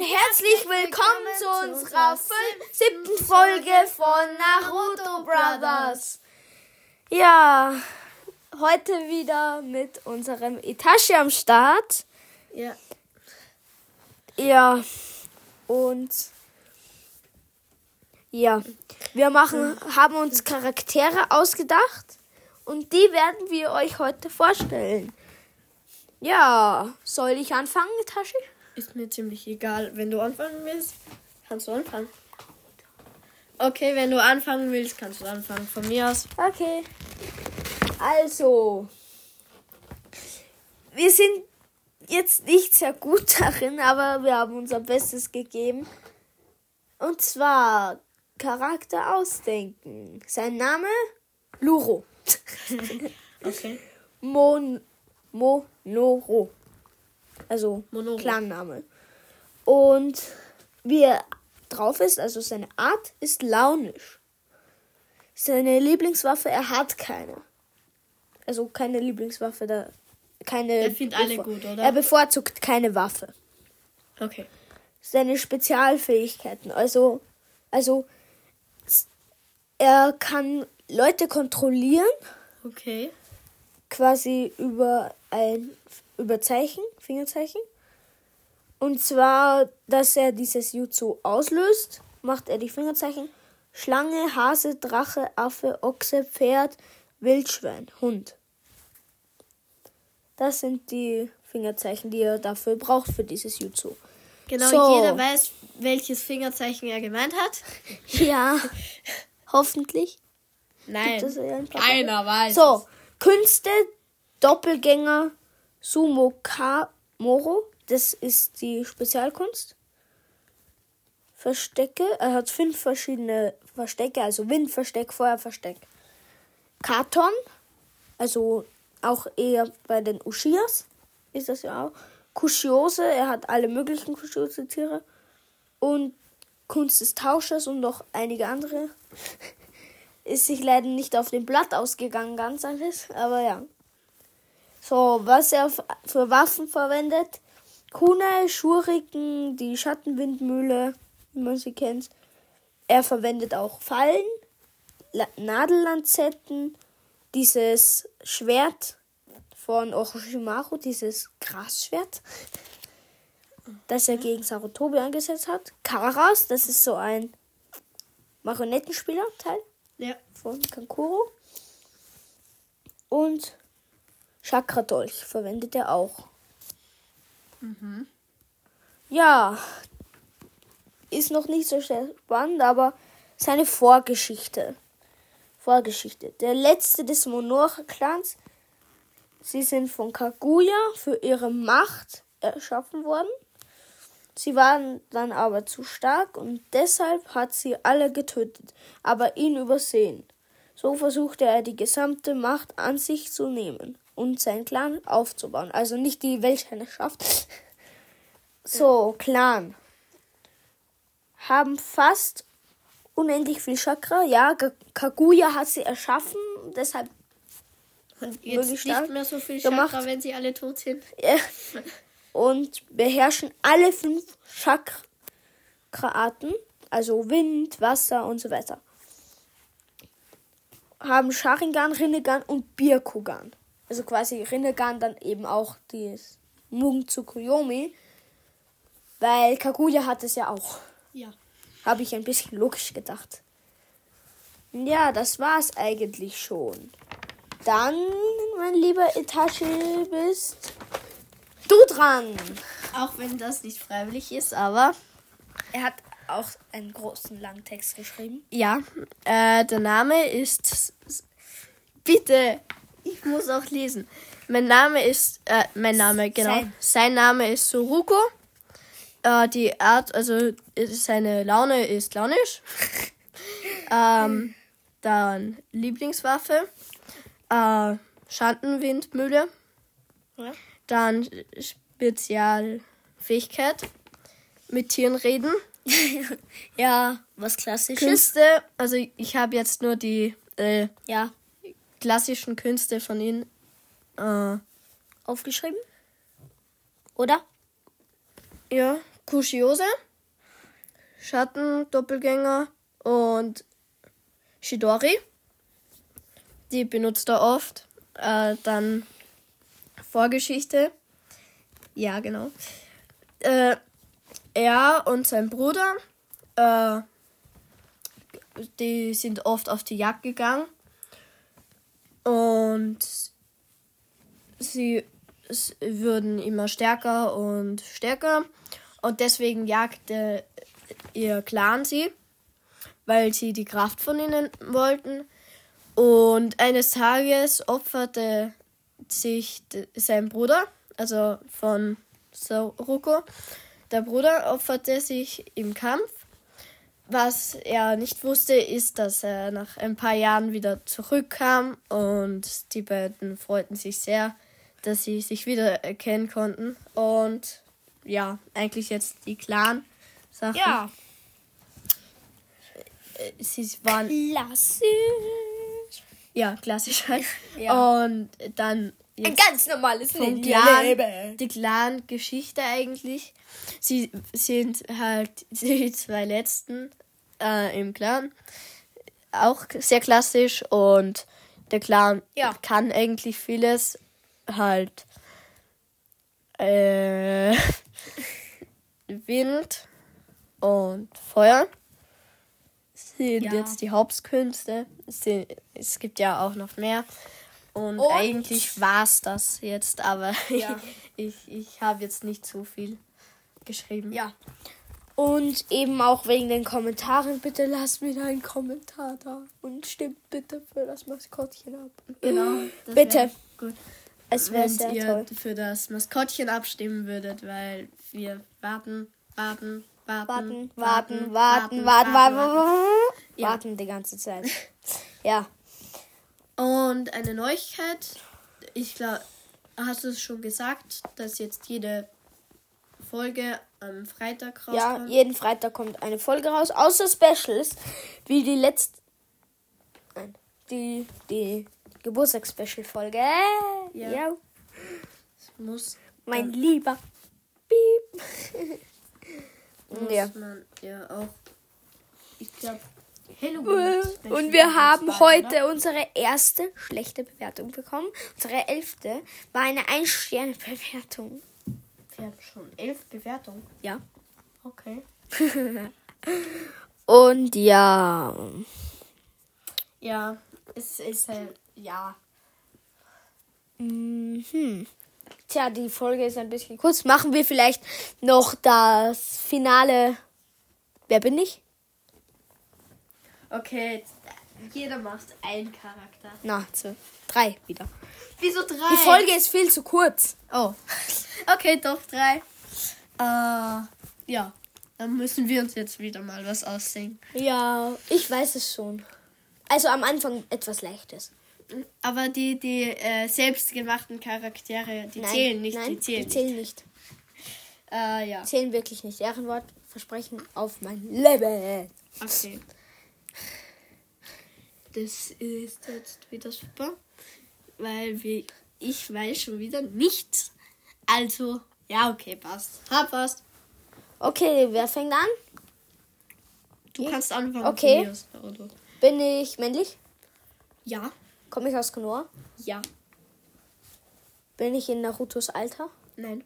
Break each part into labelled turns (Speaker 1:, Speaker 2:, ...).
Speaker 1: Herzlich willkommen zu unserer fünf- siebten Folge von Naruto Brothers. Ja, heute wieder mit unserem Itachi am Start.
Speaker 2: Ja.
Speaker 1: Ja, und ja, wir machen, haben uns Charaktere ausgedacht und die werden wir euch heute vorstellen. Ja, soll ich anfangen, Itachi?
Speaker 2: Ist mir ziemlich egal. Wenn du anfangen willst, kannst du anfangen. Okay, wenn du anfangen willst, kannst du anfangen. Von mir aus.
Speaker 1: Okay. Also, wir sind jetzt nicht sehr gut darin, aber wir haben unser Bestes gegeben. Und zwar Charakter ausdenken. Sein Name? Luro.
Speaker 2: Okay.
Speaker 1: Mon Monoro. Also
Speaker 2: Monoro.
Speaker 1: Clanname. Und wie er drauf ist, also seine Art, ist launisch. Seine Lieblingswaffe, er hat keine. Also keine Lieblingswaffe, da keine.
Speaker 2: Er findet alle
Speaker 1: bevor-
Speaker 2: gut, oder?
Speaker 1: Er bevorzugt keine Waffe.
Speaker 2: Okay.
Speaker 1: Seine Spezialfähigkeiten, also also s- er kann Leute kontrollieren
Speaker 2: Okay.
Speaker 1: quasi über ein über Zeichen, Fingerzeichen. Und zwar, dass er dieses Jutsu auslöst, macht er die Fingerzeichen. Schlange, Hase, Drache, Affe, Ochse, Pferd, Wildschwein, Hund. Das sind die Fingerzeichen, die er dafür braucht für dieses Jutsu.
Speaker 2: Genau,
Speaker 1: So.
Speaker 2: jeder weiß, welches Fingerzeichen er gemeint hat.
Speaker 1: Ja, hoffentlich.
Speaker 2: Nein.
Speaker 1: Gibt es einen Papa?
Speaker 2: Keiner weiß.
Speaker 1: So, Künste, Doppelgänger, Sumo Kamoro, das ist die Spezialkunst. Verstecke, er hat fünf verschiedene Verstecke, also Windversteck, Feuerversteck. Karton, also auch eher bei den Ushias ist das ja auch. Kushiose, er hat alle möglichen Kushiose-Tiere. Und Kunst des Tauschers und noch einige andere ist sich leider nicht auf dem Blatt ausgegangen, ganz alles, aber ja. So, was er f- für Waffen verwendet: Kunai, Schuriken, die Schattenwindmühle, wie man sie kennt. Er verwendet auch Fallen, La Nadellanzetten, dieses Schwert von Orochimaru, dieses Grasschwert, das er gegen Sarutobi angesetzt hat. Karas, das ist so ein Marionettenspieler-Teil
Speaker 2: Ja.
Speaker 1: von Kankuro. Und Chakra-Dolch verwendet er auch. Ja, ist noch nicht so sehr spannend, aber seine Vorgeschichte. Vorgeschichte. Der letzte des Monora-Clans. Sie sind von Kaguya für ihre Macht erschaffen worden. Sie waren dann aber zu stark und deshalb hat sie alle getötet, aber ihn übersehen. So versuchte er die gesamte Macht an sich zu nehmen und seinen Clan aufzubauen. Also nicht die Weltherrschaft. So, Clan. Haben fast unendlich viel Chakra. Ja, Ka- Kaguya hat sie erschaffen, deshalb
Speaker 2: Jetzt
Speaker 1: wirklich stark
Speaker 2: nicht mehr so viel
Speaker 1: gemacht.
Speaker 2: Chakra, wenn sie alle tot sind.
Speaker 1: Ja. Äh, und beherrschen alle fünf Chakraarten, also Wind, Wasser und so weiter. Haben Sharingan, Rinnegan und Byakugan. Also quasi Rinnegan dann eben auch das Mugen Tsukuyomi, weil Kaguya hat es ja auch.
Speaker 2: Ja.
Speaker 1: Habe ich ein bisschen logisch gedacht. Ja, das war's eigentlich schon. Dann, mein lieber Itachi, bist du dran.
Speaker 2: Auch wenn das nicht freiwillig ist, aber.
Speaker 1: Er hat auch einen großen langen Text geschrieben.
Speaker 2: Ja, äh, der Name ist. Bitte, ich muss auch lesen. Mein Name ist. Äh, mein Name, genau.
Speaker 1: Sein.
Speaker 2: Sein, Name ist Suruko. Äh, die Art, also äh, seine Laune ist launisch. ähm, dann Lieblingswaffe. Äh, Schattenwindmühle.
Speaker 1: Ja.
Speaker 2: Dann Spezialfähigkeit. Mit Tieren reden.
Speaker 1: Ja, was klassisches.
Speaker 2: Künste, also ich habe jetzt nur die äh,
Speaker 1: Ja,
Speaker 2: klassischen Künste von ihnen. Äh,
Speaker 1: aufgeschrieben. Oder?
Speaker 2: ja, Kushiose, Schatten, Doppelgänger und Shidori. Die benutzt er oft. Äh, dann Vorgeschichte. Ja, genau. Äh, er und sein Bruder, äh, die sind oft auf die Jagd gegangen. Und sie s- würden immer stärker und stärker. Und deswegen jagte ihr Clan sie, weil sie die Kraft von ihnen wollten. Und eines Tages opferte sich d- sein Bruder, also von Soruko, der Bruder opferte sich im Kampf. Was er nicht wusste, ist, dass er nach ein paar Jahren wieder zurückkam und die beiden freuten sich sehr, dass sie sich wieder erkennen konnten. Und ja, eigentlich jetzt die Clan-Sachen.
Speaker 1: Ja.
Speaker 2: Sie waren
Speaker 1: Klassisch.
Speaker 2: Ja, klassisch halt.
Speaker 1: Ja.
Speaker 2: Und dann
Speaker 1: Ein
Speaker 2: jetzt
Speaker 1: ganz normales
Speaker 2: vom
Speaker 1: Leben.
Speaker 2: Clan, die Clan-Geschichte eigentlich. Sie sind halt die zwei letzten äh, im Clan. Auch sehr klassisch und der Clan
Speaker 1: Ja.
Speaker 2: kann eigentlich vieles halt. Äh, Wind und Feuer sind
Speaker 1: Ja.
Speaker 2: jetzt die Hauptkünste. Es, sind, es gibt ja auch noch mehr. Und,
Speaker 1: Und-
Speaker 2: eigentlich war es das jetzt, aber
Speaker 1: Ja.
Speaker 2: ich, ich habe jetzt nicht so viel geschrieben.
Speaker 1: Ja. Und eben auch wegen den Kommentaren, bitte lasst wieder einen Kommentar da. Und stimmt bitte für das Maskottchen ab.
Speaker 2: genau. das
Speaker 1: Bitte.
Speaker 2: wär Gut,
Speaker 1: Es wäre
Speaker 2: wenn
Speaker 1: sehr
Speaker 2: ihr
Speaker 1: toll.
Speaker 2: für das Maskottchen abstimmen würdet, weil wir warten, warten, warten,
Speaker 1: Warten, warten, warten, warten, warten, warten, warten,
Speaker 2: Ja.
Speaker 1: die ganze Zeit. Ja.
Speaker 2: Und eine Neuigkeit, ich glaube, hast du es schon gesagt, dass jetzt jede Folge am Freitag
Speaker 1: Ja,
Speaker 2: rauskommt?
Speaker 1: jeden Freitag kommt eine Folge raus, außer Specials, wie die letzte. Nein, die, die Geburtstagsspecial-Folge. Ja.
Speaker 2: Ja. Das muss,
Speaker 1: Mein lieber. Piep.
Speaker 2: muss
Speaker 1: Ja.
Speaker 2: man ja auch. Ich glaube, Halloween. Special
Speaker 1: Äh, Und wir
Speaker 2: ist
Speaker 1: haben
Speaker 2: bald,
Speaker 1: heute
Speaker 2: oder?
Speaker 1: unsere erste schlechte Bewertung bekommen. Unsere elfte war eine Ein-Sterne-Bewertung.
Speaker 2: Wir haben schon elf Bewertungen.
Speaker 1: Ja.
Speaker 2: Okay.
Speaker 1: Und ja.
Speaker 2: Ja, es ist halt. Ja.
Speaker 1: Mhm. Tja, die Folge ist ein bisschen kurz. Machen wir vielleicht noch das Finale. Wer bin ich?
Speaker 2: Okay, jetzt, jeder macht einen Charakter.
Speaker 1: Na, zwei, drei wieder.
Speaker 2: Wieso drei?
Speaker 1: Die Folge ist viel zu kurz.
Speaker 2: Oh. Okay, doch, drei. Äh, ja. Dann müssen wir uns jetzt wieder mal was ausdenken.
Speaker 1: Ja, ich weiß es schon. Also am Anfang etwas Leichtes.
Speaker 2: Aber die, die äh, selbstgemachten Charaktere, die zählen nicht,
Speaker 1: nein,
Speaker 2: die zählen.
Speaker 1: die zählen nicht.
Speaker 2: nicht. Äh, ja.
Speaker 1: Zählen wirklich nicht. Ehrenwort, Versprechen auf mein Leben.
Speaker 2: Okay. Das ist jetzt wieder super, weil wir, ich weiß schon wieder nichts. Also, ja, okay, passt. Hab passt.
Speaker 1: Okay, wer fängt an?
Speaker 2: Du kannst anfangen.
Speaker 1: Okay.
Speaker 2: von mir aus, oder?
Speaker 1: Bin ich männlich?
Speaker 2: Ja.
Speaker 1: Komme ich aus Konoha?
Speaker 2: Ja.
Speaker 1: Bin ich in Narutos Alter?
Speaker 2: Nein.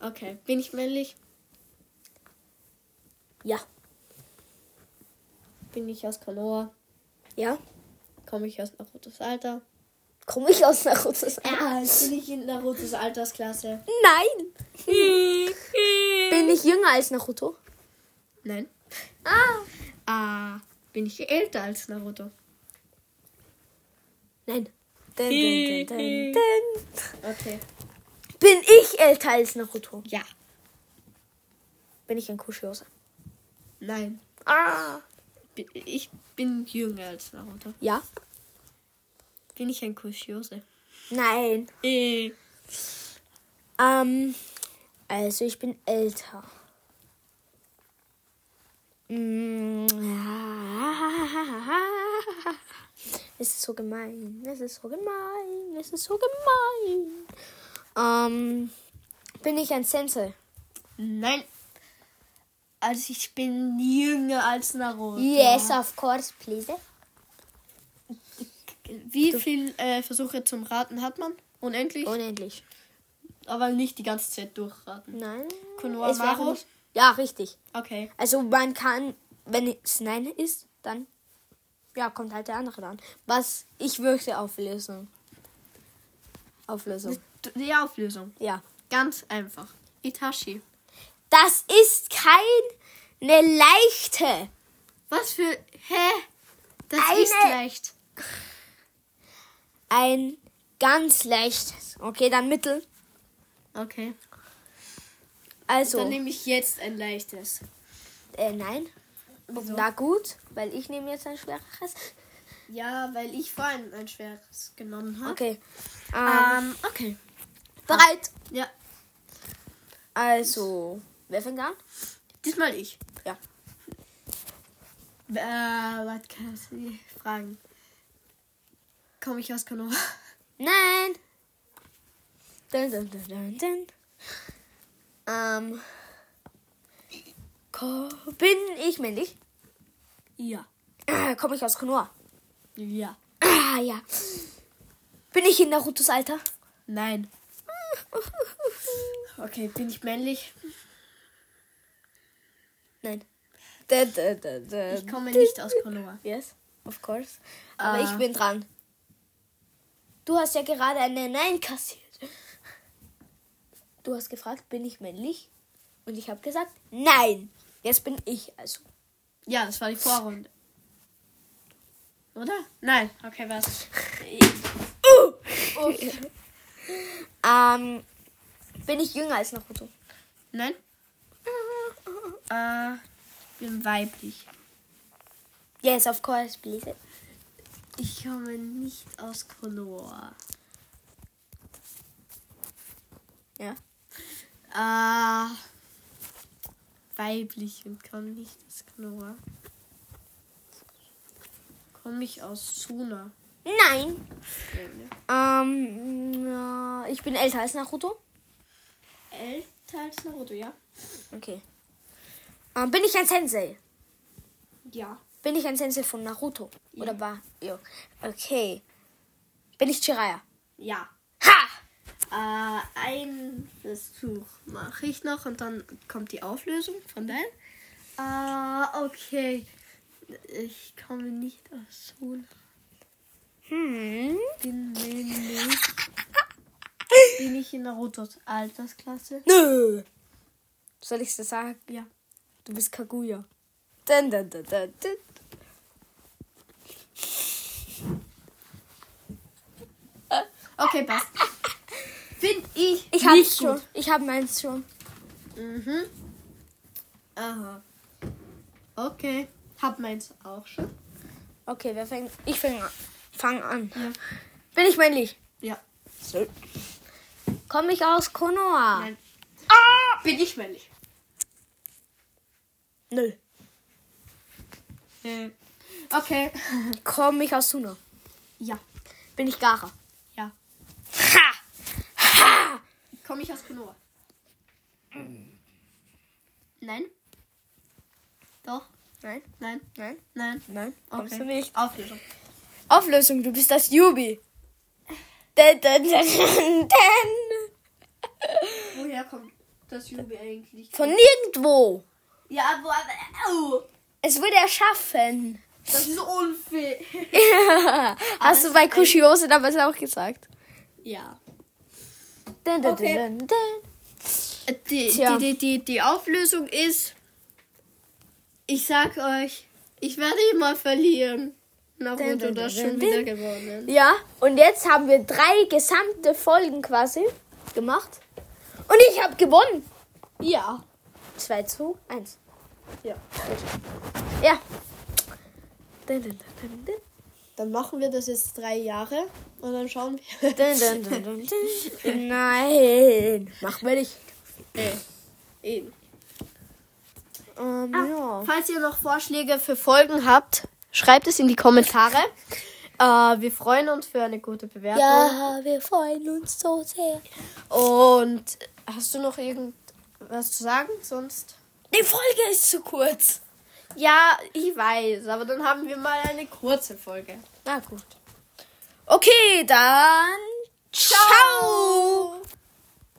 Speaker 2: Okay. Bin ich männlich?
Speaker 1: Ja.
Speaker 2: Bin ich aus Kanoa?
Speaker 1: Ja?
Speaker 2: Komme ich aus Narutos Alter?
Speaker 1: Komme ich aus Narutos Alter?
Speaker 2: Ja, bin ich in Narutos Altersklasse?
Speaker 1: Nein! Bin ich jünger als Naruto?
Speaker 2: Nein.
Speaker 1: Ah!
Speaker 2: Ah, bin ich älter als Naruto?
Speaker 1: Nein. Dun, dun, dun, dun, dun.
Speaker 2: Okay.
Speaker 1: Bin ich älter als Naruto?
Speaker 2: Ja.
Speaker 1: Bin ich ein Kuschiosa?
Speaker 2: Nein.
Speaker 1: Ah!
Speaker 2: Bi- Ich bin jünger als Naruto.
Speaker 1: Ja?
Speaker 2: Bin ich ein Kushiose?
Speaker 1: Nein.
Speaker 2: Äh,
Speaker 1: Ähm, also ich bin älter. Mm, Es ist so gemein, es ist so gemein, es ist so gemein. Ähm, bin ich ein Sensei?
Speaker 2: nein. Also ich bin jünger als Naruto.
Speaker 3: Yes, of course, please.
Speaker 2: Wie viele äh, Versuche zum Raten hat man? Unendlich?
Speaker 1: Unendlich.
Speaker 2: Aber nicht die ganze Zeit durchraten.
Speaker 1: Nein.
Speaker 2: Konoha
Speaker 1: wäre
Speaker 2: Maru?
Speaker 1: nicht- Ja, richtig.
Speaker 2: Okay.
Speaker 1: Also man kann, wenn es Nein ist, dann ja, kommt halt der andere dann. Was ich würde Auflösung. Auflösung.
Speaker 2: Die Auflösung.
Speaker 1: Ja.
Speaker 2: Ganz einfach. Itachi.
Speaker 1: Das ist keine leichte.
Speaker 2: Was für. Hä? Das
Speaker 1: Eine-
Speaker 2: ist leicht.
Speaker 1: Ein ganz leichtes. Okay, dann Mittel.
Speaker 2: Okay.
Speaker 1: Also,
Speaker 2: Dann nehme ich jetzt ein leichtes.
Speaker 1: äh, nein. Na gut, weil ich nehme jetzt ein schwereres.
Speaker 2: Ja, weil ich vorhin ein schweres genommen habe.
Speaker 1: Okay. Ähm,
Speaker 2: Ähm, okay.
Speaker 1: bereit.
Speaker 2: Ja,
Speaker 1: Also, wer fängt an?
Speaker 2: diesmal ich.
Speaker 1: Ja.
Speaker 2: Äh, was kann ich fragen? Komme ich aus Konoha?
Speaker 1: Nein. Dun, dun, dun, dun, dun. Ähm, ko- bin ich männlich?
Speaker 2: Ja.
Speaker 1: Äh, Komme ich aus Konoha?
Speaker 2: Ja.
Speaker 1: Ah, ja. Bin ich in Narutos Alter?
Speaker 2: Nein. Okay, bin ich männlich?
Speaker 1: Nein. Dun, dun, dun, dun.
Speaker 2: Ich komme nicht aus Konoha.
Speaker 1: Yes, of course. Aber
Speaker 2: Ah.
Speaker 1: ich bin dran. Du hast ja gerade eine Nein kassiert. Du hast gefragt, bin ich männlich? Und ich habe gesagt, nein. Jetzt bin ich also.
Speaker 2: Ja, das war die Vorrunde. Oder? Nein. Okay, was?
Speaker 1: Ähm, bin ich jünger als Naruto?
Speaker 2: Nein? Äh, ich bin weiblich.
Speaker 1: Yes, of course, please.
Speaker 2: Ich komme nicht aus Konoha.
Speaker 1: Ja.
Speaker 2: Äh, weiblich und komme nicht aus Konoha. Komme ich aus Suna?
Speaker 1: Nein. Ähm, ja, ich bin älter als Naruto.
Speaker 2: Älter als Naruto, ja?
Speaker 1: Okay. Ähm, bin ich ein Sensei?
Speaker 2: Ja.
Speaker 1: Bin ich ein Sensei von Naruto?
Speaker 2: Ja.
Speaker 1: Oder war? Ja. Okay. Bin ich Jiraiya?
Speaker 2: Ja.
Speaker 1: Ha!
Speaker 2: Äh, ein Versuch mache ich noch und dann kommt die Auflösung von deinem. Ah, okay. Ich komme nicht aus Sona.
Speaker 1: Hm.
Speaker 2: Bin männlich. Bin ich in Narutos Altersklasse?
Speaker 1: Nö. Soll ich dir sagen?
Speaker 2: Ja.
Speaker 1: Du bist Kaguya. Dun, dun, dun, dun, dun.
Speaker 2: Okay, passt. Bin ich.
Speaker 1: Ich hab's
Speaker 2: nicht
Speaker 1: schon.
Speaker 2: gut.
Speaker 1: Ich hab meins schon.
Speaker 2: Mhm. Aha. Okay. Hab meins auch schon.
Speaker 1: Okay, wer fängt? Ich fang an. Fang an.
Speaker 2: Ja.
Speaker 1: Bin ich männlich?
Speaker 2: Ja.
Speaker 1: Komme ich aus Konoha?
Speaker 2: Nein.
Speaker 1: Ah!
Speaker 2: Bin ich männlich?
Speaker 1: Nö.
Speaker 2: Äh, Okay.
Speaker 1: Komme ich aus Suna?
Speaker 2: Ja.
Speaker 1: Bin ich Gara?
Speaker 2: Ja.
Speaker 1: Ha! Ha!
Speaker 2: Komme ich aus Konoha? Nein. Doch.
Speaker 1: Nein,
Speaker 2: Nein.
Speaker 1: nein,
Speaker 2: Nein.
Speaker 1: nein. Kommst
Speaker 2: Okay.
Speaker 1: du nicht?
Speaker 2: Auflösung.
Speaker 1: Auflösung, du bist das Yubi. Dun, dun, dun, dun, dun.
Speaker 2: Woher kommt das Jubi eigentlich?
Speaker 1: Von nirgendwo.
Speaker 2: Ja, aber. Au!
Speaker 1: Es wurde erschaffen.
Speaker 2: Das ist unfair.
Speaker 1: Hast du bei Kushiose damals auch gesagt?
Speaker 2: Ja.
Speaker 1: Dun, dun,
Speaker 2: Okay.
Speaker 1: dun, dun, dun.
Speaker 2: Die,
Speaker 1: Tja.
Speaker 2: die, die, die, die Auflösung ist. Ich sag euch, ich werde immer verlieren.
Speaker 1: Dun,
Speaker 2: Naruto
Speaker 1: dun,
Speaker 2: das
Speaker 1: dun,
Speaker 2: schon
Speaker 1: dun,
Speaker 2: wieder
Speaker 1: dun.
Speaker 2: gewonnen.
Speaker 1: Ja, und jetzt haben wir drei gesamte Folgen quasi gemacht. Und ich habe gewonnen.
Speaker 2: Ja.
Speaker 1: 2 zu 1.
Speaker 2: Ja.
Speaker 1: Ja. Dun, dun, dun, dun, dun.
Speaker 2: Dann machen wir das jetzt drei Jahre und dann schauen wir.
Speaker 1: Dun, dun, dun, dun, dun. Nein. Machen wir nicht.
Speaker 2: Äh, eben.
Speaker 1: Ähm, ja.
Speaker 2: Ah, Falls ihr noch Vorschläge für Folgen habt, schreibt es in die Kommentare. Äh, wir freuen uns für eine gute Bewertung.
Speaker 1: ja, wir freuen uns so sehr.
Speaker 2: Und hast du noch irgendwas zu sagen? Sonst
Speaker 1: Die Folge ist zu kurz.
Speaker 2: Ja, ich weiß, aber dann haben wir mal eine kurze Folge.
Speaker 1: Na gut. Okay, dann. Ciao.